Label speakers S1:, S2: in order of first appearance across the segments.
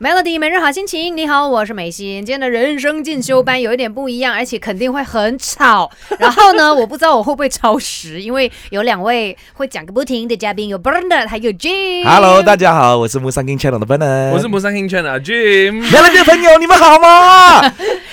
S1: Melody 每日好心情，你好，我是美心。今天的人生进修班有一点不一样，而且肯定会很吵。然后呢，我不知道我会不会超时，因为有两位会讲个不停的嘉宾，有 Bernard 还有 Jim。
S2: Hello，大家好，我是木三 King Channel 的 b e r n a
S3: 我是不上听圈的 Jim，
S2: 原来的朋友，你们 好吗？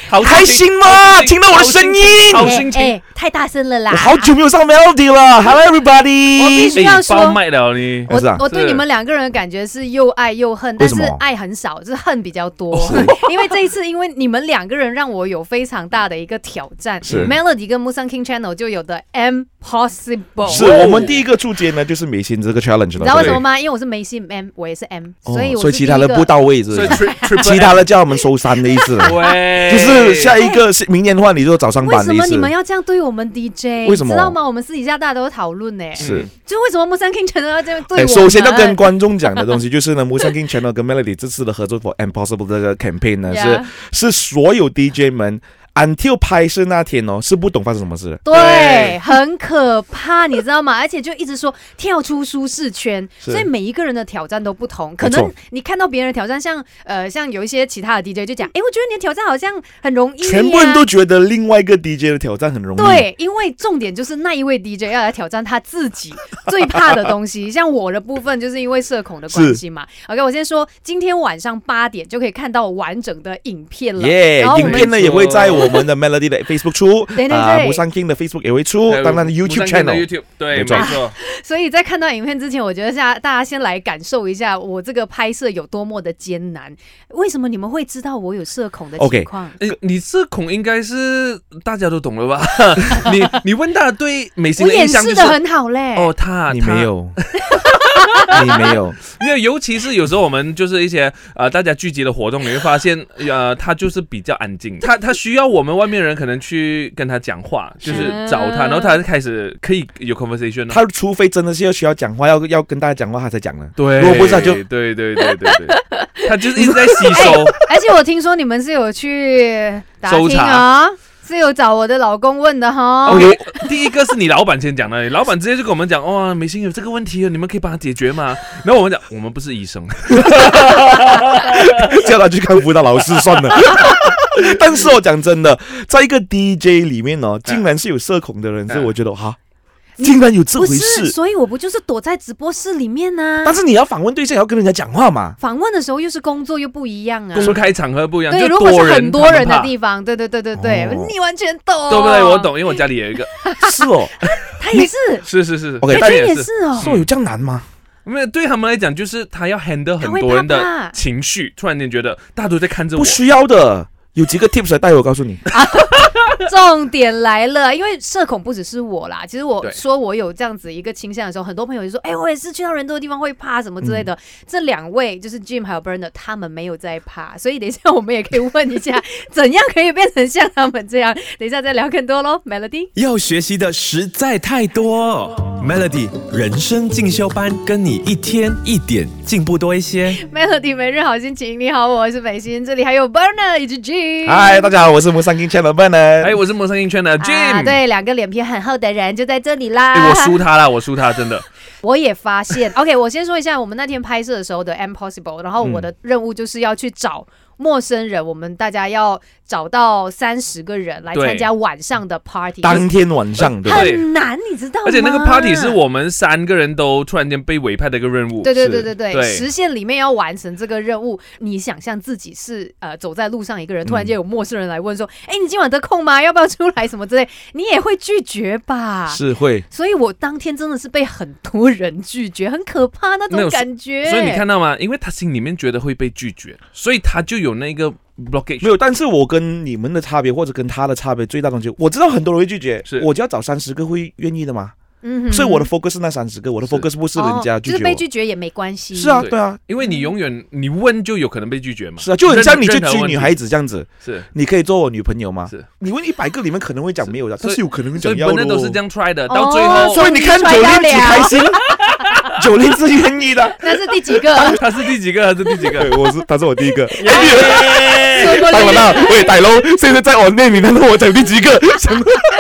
S3: 好
S2: 开心吗？听到我的声音，
S3: 好
S1: 哎
S3: 心情
S1: 哎太大声了啦！
S2: 我好久没有上 Melody 了。Hello
S1: 我必
S2: everybody，
S1: 须要
S3: 爆
S1: 说。
S3: 哎麦了你，
S2: 是啊
S1: 我我对
S3: 是
S1: 你们两个人的感觉是又爱又恨，但
S2: 为什
S1: 是
S2: 么
S1: 爱很少，就是恨比较多
S2: 哦是。
S1: 因为这一次，因为你们两个人让我有非常大的一个挑战。
S2: 是
S1: Melody 跟 Musang King Channel 就有的 Impossible。
S2: 是我们第一个注解呢，就是美心这个 challenge
S1: 你知道
S2: 了。
S1: 为什
S2: 对
S1: 么吗？因为我是梅心 M，我也是 M，、
S2: 哦
S1: 所以我
S2: 所以
S1: 是
S2: 其他的
S1: 第一个
S2: 不到位是
S3: 所以
S2: 不是，
S3: tri- triple
S2: 其他的叫我们收山的意思
S3: M，，喂，
S2: 就是下一个是明年的话你就早上
S1: 为
S2: 班
S1: 什
S2: 的意
S1: 么
S2: 思
S1: 你。们要这样对我们 DJ？
S2: 为什么
S1: 知道吗？我们私底下大家都有讨论呢，
S2: 是，
S1: 就为什么木三 King 陈要这嗯样对我
S2: 哎，
S1: 们？
S2: 首先要跟观众讲的东西就是 呢，木三 King Channel 跟 Melody 这次的合作 for Impossible 这个 campaign 呢是
S1: Yeah
S2: 是所有 DJ 们 until 拍摄那天哦，是不懂发生什么事的。
S1: 对，很可怕，你知道吗？而且就一直说跳出舒适圈，
S2: 是
S1: 所以每一个人的挑战都不同。可
S2: 没错
S1: 能你看到别人的挑战，像呃，像有一些其他的 DJ 就讲，哎，我觉得你的挑战好像很容易、啊，
S2: 全部人都觉得另外一个 DJ 的挑战
S3: 嗯
S2: 很容易。，
S1: 对，因为重点就是那一位 DJ 要来挑战他自 己最怕的东西。像我的部分，就是因为社恐的关系嘛。OK，我先说，今天晚上八点就可以看到完整的影片了。
S2: 耶、
S1: 然后我
S2: 影片
S1: 们
S2: 呢也会在我们的 Melody 的 Facebook 出，
S1: 对对对
S2: 啊，吴三 King 的 Facebook 也会出，当然 YouTube
S3: 不上听呃的
S2: channel。
S3: YouTube 对，
S2: 没
S3: 没
S2: 错
S3: 错，
S1: 所以在看到影片之前，我觉得下大家先来感受一下我这个拍摄有多么的艰难。为什么你们会知道我有社恐的
S2: OK
S1: 情况
S3: 哎你社恐应该是大家都懂了吧？ 你你问大家对美心
S1: 我
S3: 的
S1: 掩
S3: 印象
S1: 饰
S3: 就
S1: 的
S3: 是
S1: 很好嘞。
S3: 哦，他
S2: 你
S3: 他
S2: 没有，你没有，
S3: 因为尤其是有时候我们就是一些呃大家聚集的活动，你会发现呃他就是比较安静，他他需要我们外面人可能去跟他讲话，就是找他，
S1: 嗯
S3: 然后他就开始可以有 conversation 了。
S2: 他除非真的是要需要讲话，要要跟大家讲话，他才讲呢。
S3: 对，
S2: 如果不是他就
S3: 对对对对对，他就是一直在吸收。
S1: 而且我听说你们是有去打
S3: 搜
S1: 听
S3: 查哦
S1: 啊，是有找我的老公问的哈。
S3: OK，第一哎个是你老板先讲的，老板直接就跟我们讲，哇、美心有这个问题，你们可以帮他解决吗？然后我们讲，我们不是医生，
S2: 叫他去看辅导老师算了。 但是我讲真的，在一个 DJ 里面
S3: 嗯
S2: 哦，竟然是有社恐的人，所以我觉得哈，竟然有这
S1: 不
S2: 回
S1: 是，
S2: 事。
S1: 所以我不就是躲在直播室里面呢、
S2: 但是你要访问对象，也要跟人家讲 话嘛。
S1: 访问的时候又是工作又不一样啊。
S3: 公开场合不一样，
S1: 对，
S3: 就
S1: 如果
S3: 多
S1: 是
S3: 人
S1: 很多人的
S3: 他们
S1: 地方，对对对对对，
S2: 哦
S1: 你完全懂，
S3: 怕，对不对？我，懂，因为我家里有一个，
S2: 是哦，
S1: 他 也是，
S3: 是是是
S2: OK，
S3: 他
S1: 他
S2: 但
S3: 也
S1: 也
S3: 是。
S1: 是哦，
S2: 说有这样难吗？
S3: 没有，对他们来讲，就是他要 handle
S1: 他
S3: 很
S1: 会
S3: 多人
S1: 怕怕
S3: 的情绪，突然间觉得大家都在看着我
S2: 不，需要的。有几个 tips 来待会我告诉你。
S1: 重点来了，因为社恐不只是我啦，其实我
S3: 对
S1: 说我有这样子一个倾向的时候，很多朋友就说，哎，我也是去到人多的地方会怕什么之类
S3: 嗯
S1: 的。这两位就是 Jim 还有 b e r n a r 他们没有在怕，所以等一下我们也可以问一 下，怎样可以变成像他们这样？等一下再聊更多喽，Melody。
S4: 要学习的实在太多。Melody 人生进修班，跟你一天一点进步多一些。
S1: Melody 每日好心情，你好，我是美心，这里还有 Burner 以及 G。
S2: 嗨，大家好，我是木三 King Channel 笨呢。
S3: 哎，我是陌生音圈的 Jim，、
S1: 啊，对，两个脸皮很厚的人就在这里啦。
S3: 哎，我输他了，我输他，真的，
S1: 我也发现。OK，我先说一下我们那天拍摄的时候的 Impossible，然后我的任务就是要去找。陌生人，我们大家要找到三十个人来
S3: 对
S1: 参加晚上的 party，
S2: 当天晚上对吧？
S3: 对
S1: 很难，你知道吗？
S3: 而且那个 party 是我们三个人都突然间被委派的一个任务，
S1: 对对
S2: 是
S1: 对对对，
S3: 对
S1: 实现里面要完成这个任务，你想象自己是呃走在路上一个人，突然间有陌生人来问说：“哎、你今晚得空吗？要不要出来什么之类？”你也会拒绝吧？
S2: 是会。
S1: 所以我当天真的是被很多人拒绝，很可怕那
S3: 没
S1: 种
S3: 有
S1: 感觉。
S3: 所以你看到吗？因为他心里面觉得会被拒绝，所以他就有那个 blockage，
S2: 没有，但是我跟你们的差别，或者跟他的差别最大的东西，我知道很多人会拒绝
S3: 是，
S2: 我就要找三十个会愿意的嘛。
S1: 嗯哼
S2: 所以我的 focus 是那三十个，我的
S3: 是
S2: focus 不是人家
S1: 哦，
S2: 拒
S1: 就是被
S2: 绝
S1: 拒绝也没关系。
S2: 我。是啊，
S3: 对
S2: 对啊，
S3: 因为你永远你问就有可能被拒绝嘛，
S2: 是啊，就很像你去
S3: 任何
S2: 追女，
S3: 任
S2: 孩子这样子，
S3: 何问题是。
S2: 你可以做我女朋友吗
S3: 是？
S2: 你问一百个里面可能会讲没有的，
S3: 所
S2: 但
S3: 以
S2: 是有可能会
S3: 所
S2: 讲
S3: 以
S2: 要
S3: 本来
S2: 的。
S3: 都是这，样 try 的，
S1: 哦
S3: 到最后
S2: 所以你看九
S1: 摔跤
S2: 零几
S1: 了
S2: 开心，九零是愿意的。
S1: 那是第几个？
S3: 他是第几个？他是第几个？
S2: 对，我是他是我第一 个。
S1: 说过
S2: 大
S1: 了
S2: 完了，喂，大佬，现在在我那里，难道我讲第几个？ 想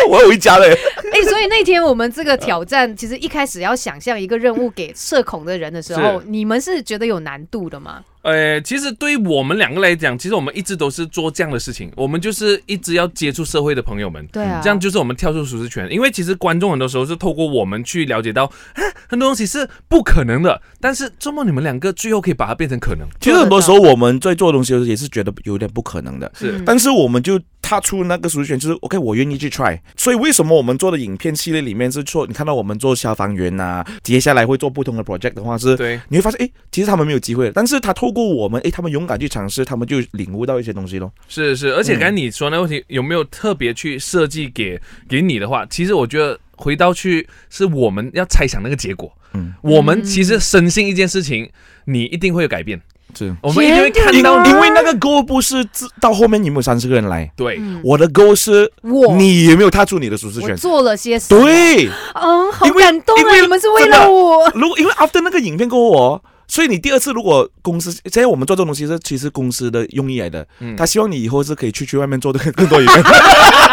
S2: 我要回家嘞。
S1: 哎、所以那天我们这个挑战，其实一开始要想象一个任务给社恐的人的时候，
S2: 嗯
S3: 是
S1: 你们是觉得有难度的吗？
S3: 呃，其实对我们两个来讲，其实我们一直都是做这样的事情，我们就是一直要接触社会的朋友们。
S1: 对啊，
S3: 这样就是我们跳出舒适圈，因为其实观众很多时候是透过我们去了解到，啊，很多东西是不可能的，但是周末你们两个最后可以把它变成可能，
S2: 其实很多时候我们在做东西的时候也是觉得有点不可能的，
S3: 是
S1: 嗯
S2: 但是我们就踏出那个舒适圈，就是 OK，我愿意去 try。所以为什么我们做的影片系列里面是做，你看到我们做消防员呐、接下来会做不同的 project 的话是。
S3: 对，
S2: 你会发现，诶，其实他们没有机会了，但是他透过我们，诶，他们勇敢去尝试，他们就领悟到一些东西咯。
S3: 是是，而且刚才你说那个问题有没有特别去设计给给你的话，其实我觉得回到去是我们要猜想那个结果。
S2: 嗯，
S3: 我们其实深信一件事情，你一定会有改变，
S2: 是，
S3: 我们一定会看
S2: 因
S3: 到你。
S2: 因为那个 goal 不是自到后面你有没有三十个人来，
S3: 对，
S1: 嗯
S2: 我的 goal 是
S1: 我
S2: 你有没有踏出你的舒适
S1: 我
S2: 圈。
S1: 做了些什么？
S2: 对，
S1: 嗯，好
S2: 因为
S1: 感动
S2: 因
S1: 啊！
S2: 为
S1: 你们是为
S2: 真的
S1: 了我，
S2: 如果因为 after 那个影片过后哦，所以你第二次如果公司现在我们做这种东西是其实公司的用意来的，
S3: 嗯
S2: 他希望你以后是可以去去外面做的更多影片，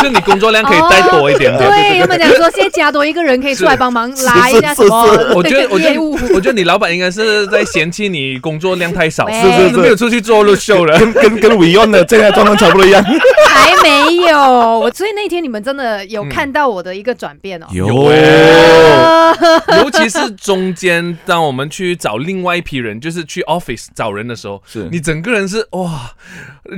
S3: 就你工作量可以
S1: 哦
S3: 再多一点点。
S1: 对他们讲说，现在加多一个人可以出来帮忙拉一下
S2: 是
S1: 什么
S2: 是是
S3: 我觉得
S1: 那，
S3: 我
S1: 个
S3: 觉
S1: 业
S3: 得
S1: 务。，
S3: 我觉得你老板应该是在嫌弃你工作量太少，
S1: 喂
S3: 是没有出去做 road show 了。
S2: 跟跟跟 We On 的这样的状况差不多一样。
S1: 还没有，我所以那天你们真的有
S2: 嗯
S1: 看到我的一个转变哦。
S2: 有啊
S3: 欸
S1: 哦
S3: 尤其是中间，当我们去找另外一批人，就是去 office 找人的时候，
S2: 是
S3: 你整个人是哇，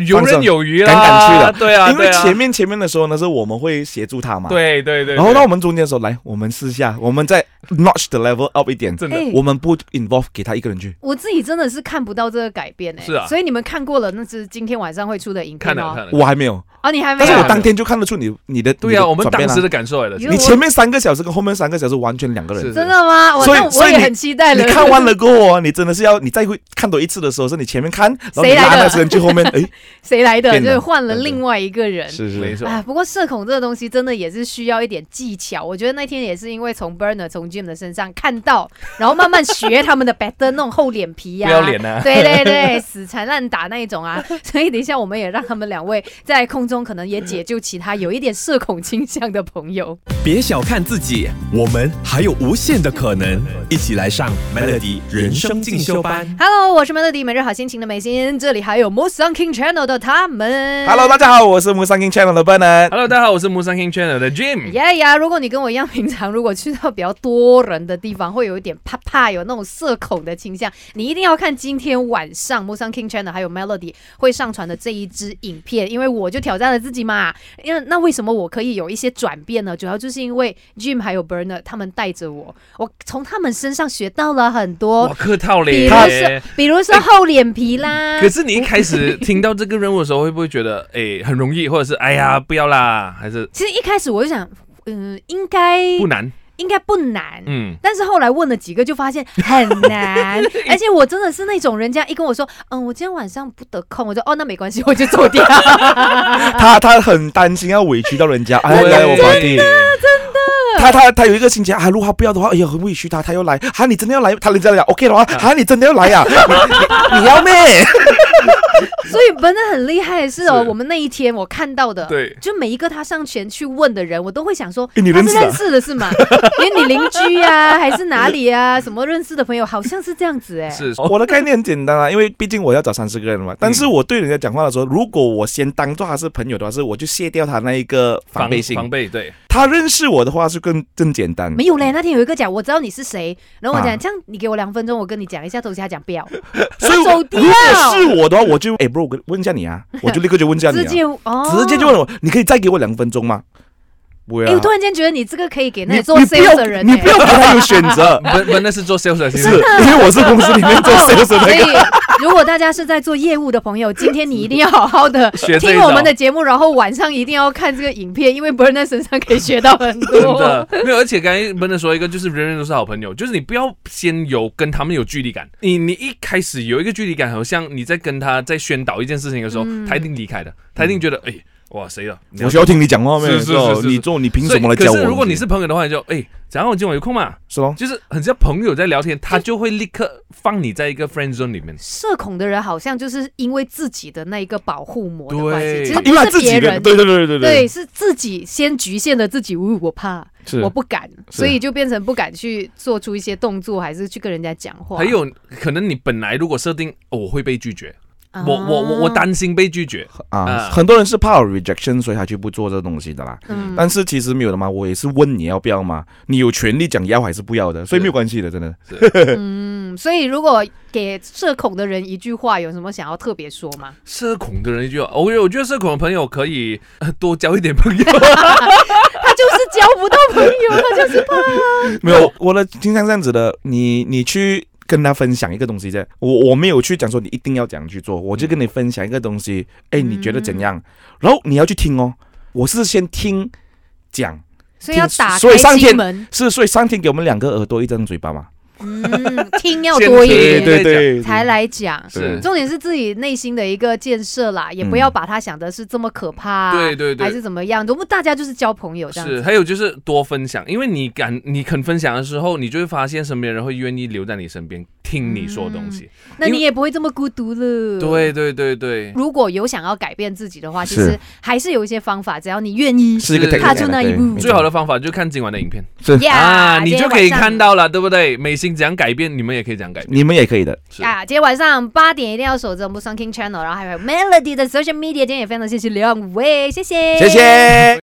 S3: 游刃有余啦，
S2: 敢敢去的，
S3: 对啊，
S2: 因为
S3: 对啊
S2: 前面前面的时候呢，是我们会协助他嘛，。
S3: 对对对，
S2: 然后到
S3: 对
S2: 我们中间的时候，来，我们试一下，我们再 notch the level up 一点，
S3: 真的
S1: 哎
S2: 我们不 involve 给他一个人去。
S1: 我自己真的是看不到这个改变哎、
S3: 是啊
S1: 所以你们看过了，那是今天晚上会出的影片
S3: 看了
S1: 哦。
S3: 看了，
S2: 我还没有，
S1: 哦，你还没
S2: 但是我
S1: 有？
S2: 当天就看得出你你的
S3: 对啊，我们当时
S2: 的
S3: 的感受来的，
S1: 因
S2: 转
S1: 为
S2: 变啊，你
S1: 我
S2: 前面三个小时跟后面三个小时完全两个人
S3: 是。
S1: 真的吗？我
S2: 所以
S1: 那
S2: 所
S1: 我
S2: 以
S1: 也
S2: 你
S1: 很期待
S2: 你
S1: 了。
S2: 看完了过后哦，你真的是要你再会看多一次的时候，是你前面看，然后你
S1: 谁来
S2: 拉
S1: 的
S2: 那些人去后面，哎，
S1: 谁来的？
S2: 变
S1: 就
S2: 了
S1: 是换了另外一个人。
S2: 是
S3: 没
S2: 是，
S3: 错，
S1: 啊，不过社恐这个东西真的也是需要一点技巧。我觉得那天也是因为从 Burner 从 Jim 的身上看到，然后慢慢学他们的 better 那种厚脸皮呀、
S3: 不要脸啊
S1: 对对对，死缠烂打那一种啊。所以等一下我们也让他们两位在空中可能也解救其他有一点社恐倾向的朋友。
S4: 别小看自己，我们还有无限的可能，一起来上 Melody 人生进修班。
S1: Hello，我是 Melody 每日好心情的美心，这里还有 Most Sun King Channel 的他们。
S2: Hello，大家好，我是 Moon s u n King Channel 的 Bernard。
S3: Hello，大家好，我是 Moon Sun King Channel 的 Jim。
S1: 呀呀！如果你跟我一样，平常如果去到比较多人的地方，会有一点怕怕，有那种社恐的倾向。你一定要看今天晚上 m o s o n King Channel 还有 Melody 会上传的这一支影片，因为我就挑战了自己嘛。因为那为什么我可以有一些转变呢？主要就是因为 Jim 还有 Bernard 他们带着我，我从他们身上学到了很
S3: 哇，
S1: 多，
S3: 客套
S1: 比
S3: 嘞
S1: 如！说比如说厚脸皮啦
S3: 可。是你一开始听到这个任务的时候，会不会觉得哎很容易，或者是哎呀不要啦，还是
S1: 其实一开始我就想，嗯、应该
S3: 不难？
S1: 应该不难，
S3: 嗯，
S1: 但是后来问了几个，就发 现很难，而且我真的是那种人家一跟我说，嗯，我今天晚上不得空，我就哦，那没关系，我就走掉。
S2: 他他很担心要委屈到人家，哎，来我帮你。他他他有一个心情啊，如果他不要的话，哎呀，很委屈他，他要来，哈、你真的要来，他人家讲 OK 的话，哈、你真的要来呀、 你你你要咩？
S1: 所以本的很厉害的是哦，
S3: 是
S1: 我们那一天我看到的，
S3: 对
S1: 就每一个他上前去问的人，我都会想说，
S2: 诶你
S1: 他
S2: 认识
S1: 是
S2: 啊
S1: 认识的是 吗？连你邻居啊，还是哪里啊，什么认识的朋友，好像是这样子哎。
S3: 是
S2: 我的概念很简单啊，因为毕竟我要找三十个人嘛。但是我对人家讲话的时候，如果我先当做他是朋友的话，是我就卸掉他那一个防备心。
S3: 防备对，，
S2: 他认识我的话是更更简单。
S1: 没有嘞，那天有一个讲我知道你是谁，然后我讲、
S2: 嗯啊
S1: 这样，你给我两分钟，我跟你讲一下东西。他讲不要，
S2: 所以我
S1: 走掉
S2: 如果是我的话，我就哎、bro，我问一下你啊，我就立刻就问一下你、
S1: 直
S2: 啊，
S1: 接哦，
S2: 直接就问我，你可以再给我两分钟吗？不
S1: 哎、
S2: 要、
S1: 我突然间觉得你这个可以给那
S2: 啊
S1: 些
S2: 你
S1: 做
S2: 你不
S1: sales
S2: 要
S1: 的人、欸
S2: 你不要给他有选择
S3: 本本来是做 sales 的，其
S2: 是
S3: 实
S2: 因为我是公司里面做 sales 的
S1: 哦所
S2: 那
S1: 以
S2: 个。，
S1: 如果大家是在做业务的朋友，今天你一定要好好 的
S3: 学这一
S1: 听我们的节目，然后晚上一定要看这个影片，因为 b e r n 身上可以学到很
S3: 真
S1: 多
S3: 的。没有，而且刚才不能说一个，就是人人都是好朋友，就是你不要先有跟他们有距离感。你你一开始有一个距离感，好像你在跟他在宣导一件事情的时候，他一定离开的，他一定觉得哎。哇，谁了？你
S2: 我需要听你讲话没有？
S3: 是是
S2: 哦
S3: 是是
S2: 你做，你凭什么来
S3: 所以
S2: 教
S3: 可
S2: 我？
S3: 是如果你是朋友的话，你就哎，然后今晚有空嘛？
S2: 是咯，
S3: 就是很像朋友在聊天，他就会立刻放你在一个 friend zone 里面。
S1: 社恐的人好像就是因为自己的那一个保护膜的关系，
S3: 对
S1: 其
S3: 他
S1: 实
S2: 因
S1: 不
S2: 为他
S1: 是
S2: 自己
S1: 别
S2: 的，
S1: 人，
S2: 对对对对
S1: 对，，是自己先局限了自己，呜，我怕，
S2: 是
S1: 我不敢，
S2: 是
S1: 所以就变成不敢去做出一些动作，还是去跟人家讲话。
S3: 还有可能你本来如果设定、哦我会被拒绝，
S1: 啊，
S3: 我我我我担心被拒绝，
S2: 啊，
S3: 啊
S2: 很多人是怕有 rejection，所以他就不做这东西的啦。
S1: 嗯，
S2: 但是其实没有的嘛，我也是问你要不要嘛，你有权利讲要还是不要的，所以没有关系的，真的。
S1: 嗯，所以如果给社恐的人一句话，有什么想要特别说吗？
S3: 社恐的人就我觉得我觉得社恐的朋友可以呃多交一点朋友，
S1: 他就是交不到朋友，他就是怕。
S2: 没有，我的经常这样子的，你你去跟他分享一个东西啫，我我没有去讲说你一定要怎样去做，我就跟你分享一个东西，哎，你觉得怎样？然后你要去听哦，我是先听讲，
S1: 所以要打
S2: 所
S1: 开
S2: 以上天
S1: 心门，
S2: 是所以上天给我们两个耳朵一张嘴巴嘛，
S1: 嗯，听要
S3: 先
S1: 多一
S3: 听
S1: 点，
S3: 对
S2: 对
S1: 才来讲。
S2: 是
S3: 是
S1: 重点是自己内心的一个建设啦，也不要把他想的是这么可怕、啊
S3: 嗯对对对
S1: 还是怎么样，总不大家就是交朋友这样
S3: 是
S1: 子。
S3: 还有就是多分享，因为你敢你肯分享的时候，你就会发现身边人会愿意留在你身边听你
S1: 嗯
S3: 说东西。
S1: 那
S3: 因为
S1: 你也不会这么孤独了。。
S3: 对对对对，
S1: 如果有想要改变自己的话，其
S2: 是
S1: 实还是有一些方法，只要你愿意。
S2: 是一个
S3: 是
S2: technique
S1: 踏出那
S2: 对
S1: 一步
S2: 没错
S3: 最好的方法就是看今晚的影片
S1: Yeah，
S3: 啊，你
S1: 今天
S3: 就可
S1: 晚
S3: 以
S1: 上
S3: 看到了，对不对？美心怎样改变，你们也可以怎样改变。
S2: 你们也可以的。
S3: 是
S1: 啊！今天晚上八点一定要守着我哎们 Sun King Channel，然后还有 Melody 的 Social Media。今天也非常地谢谢两位，谢谢，
S2: 谢谢。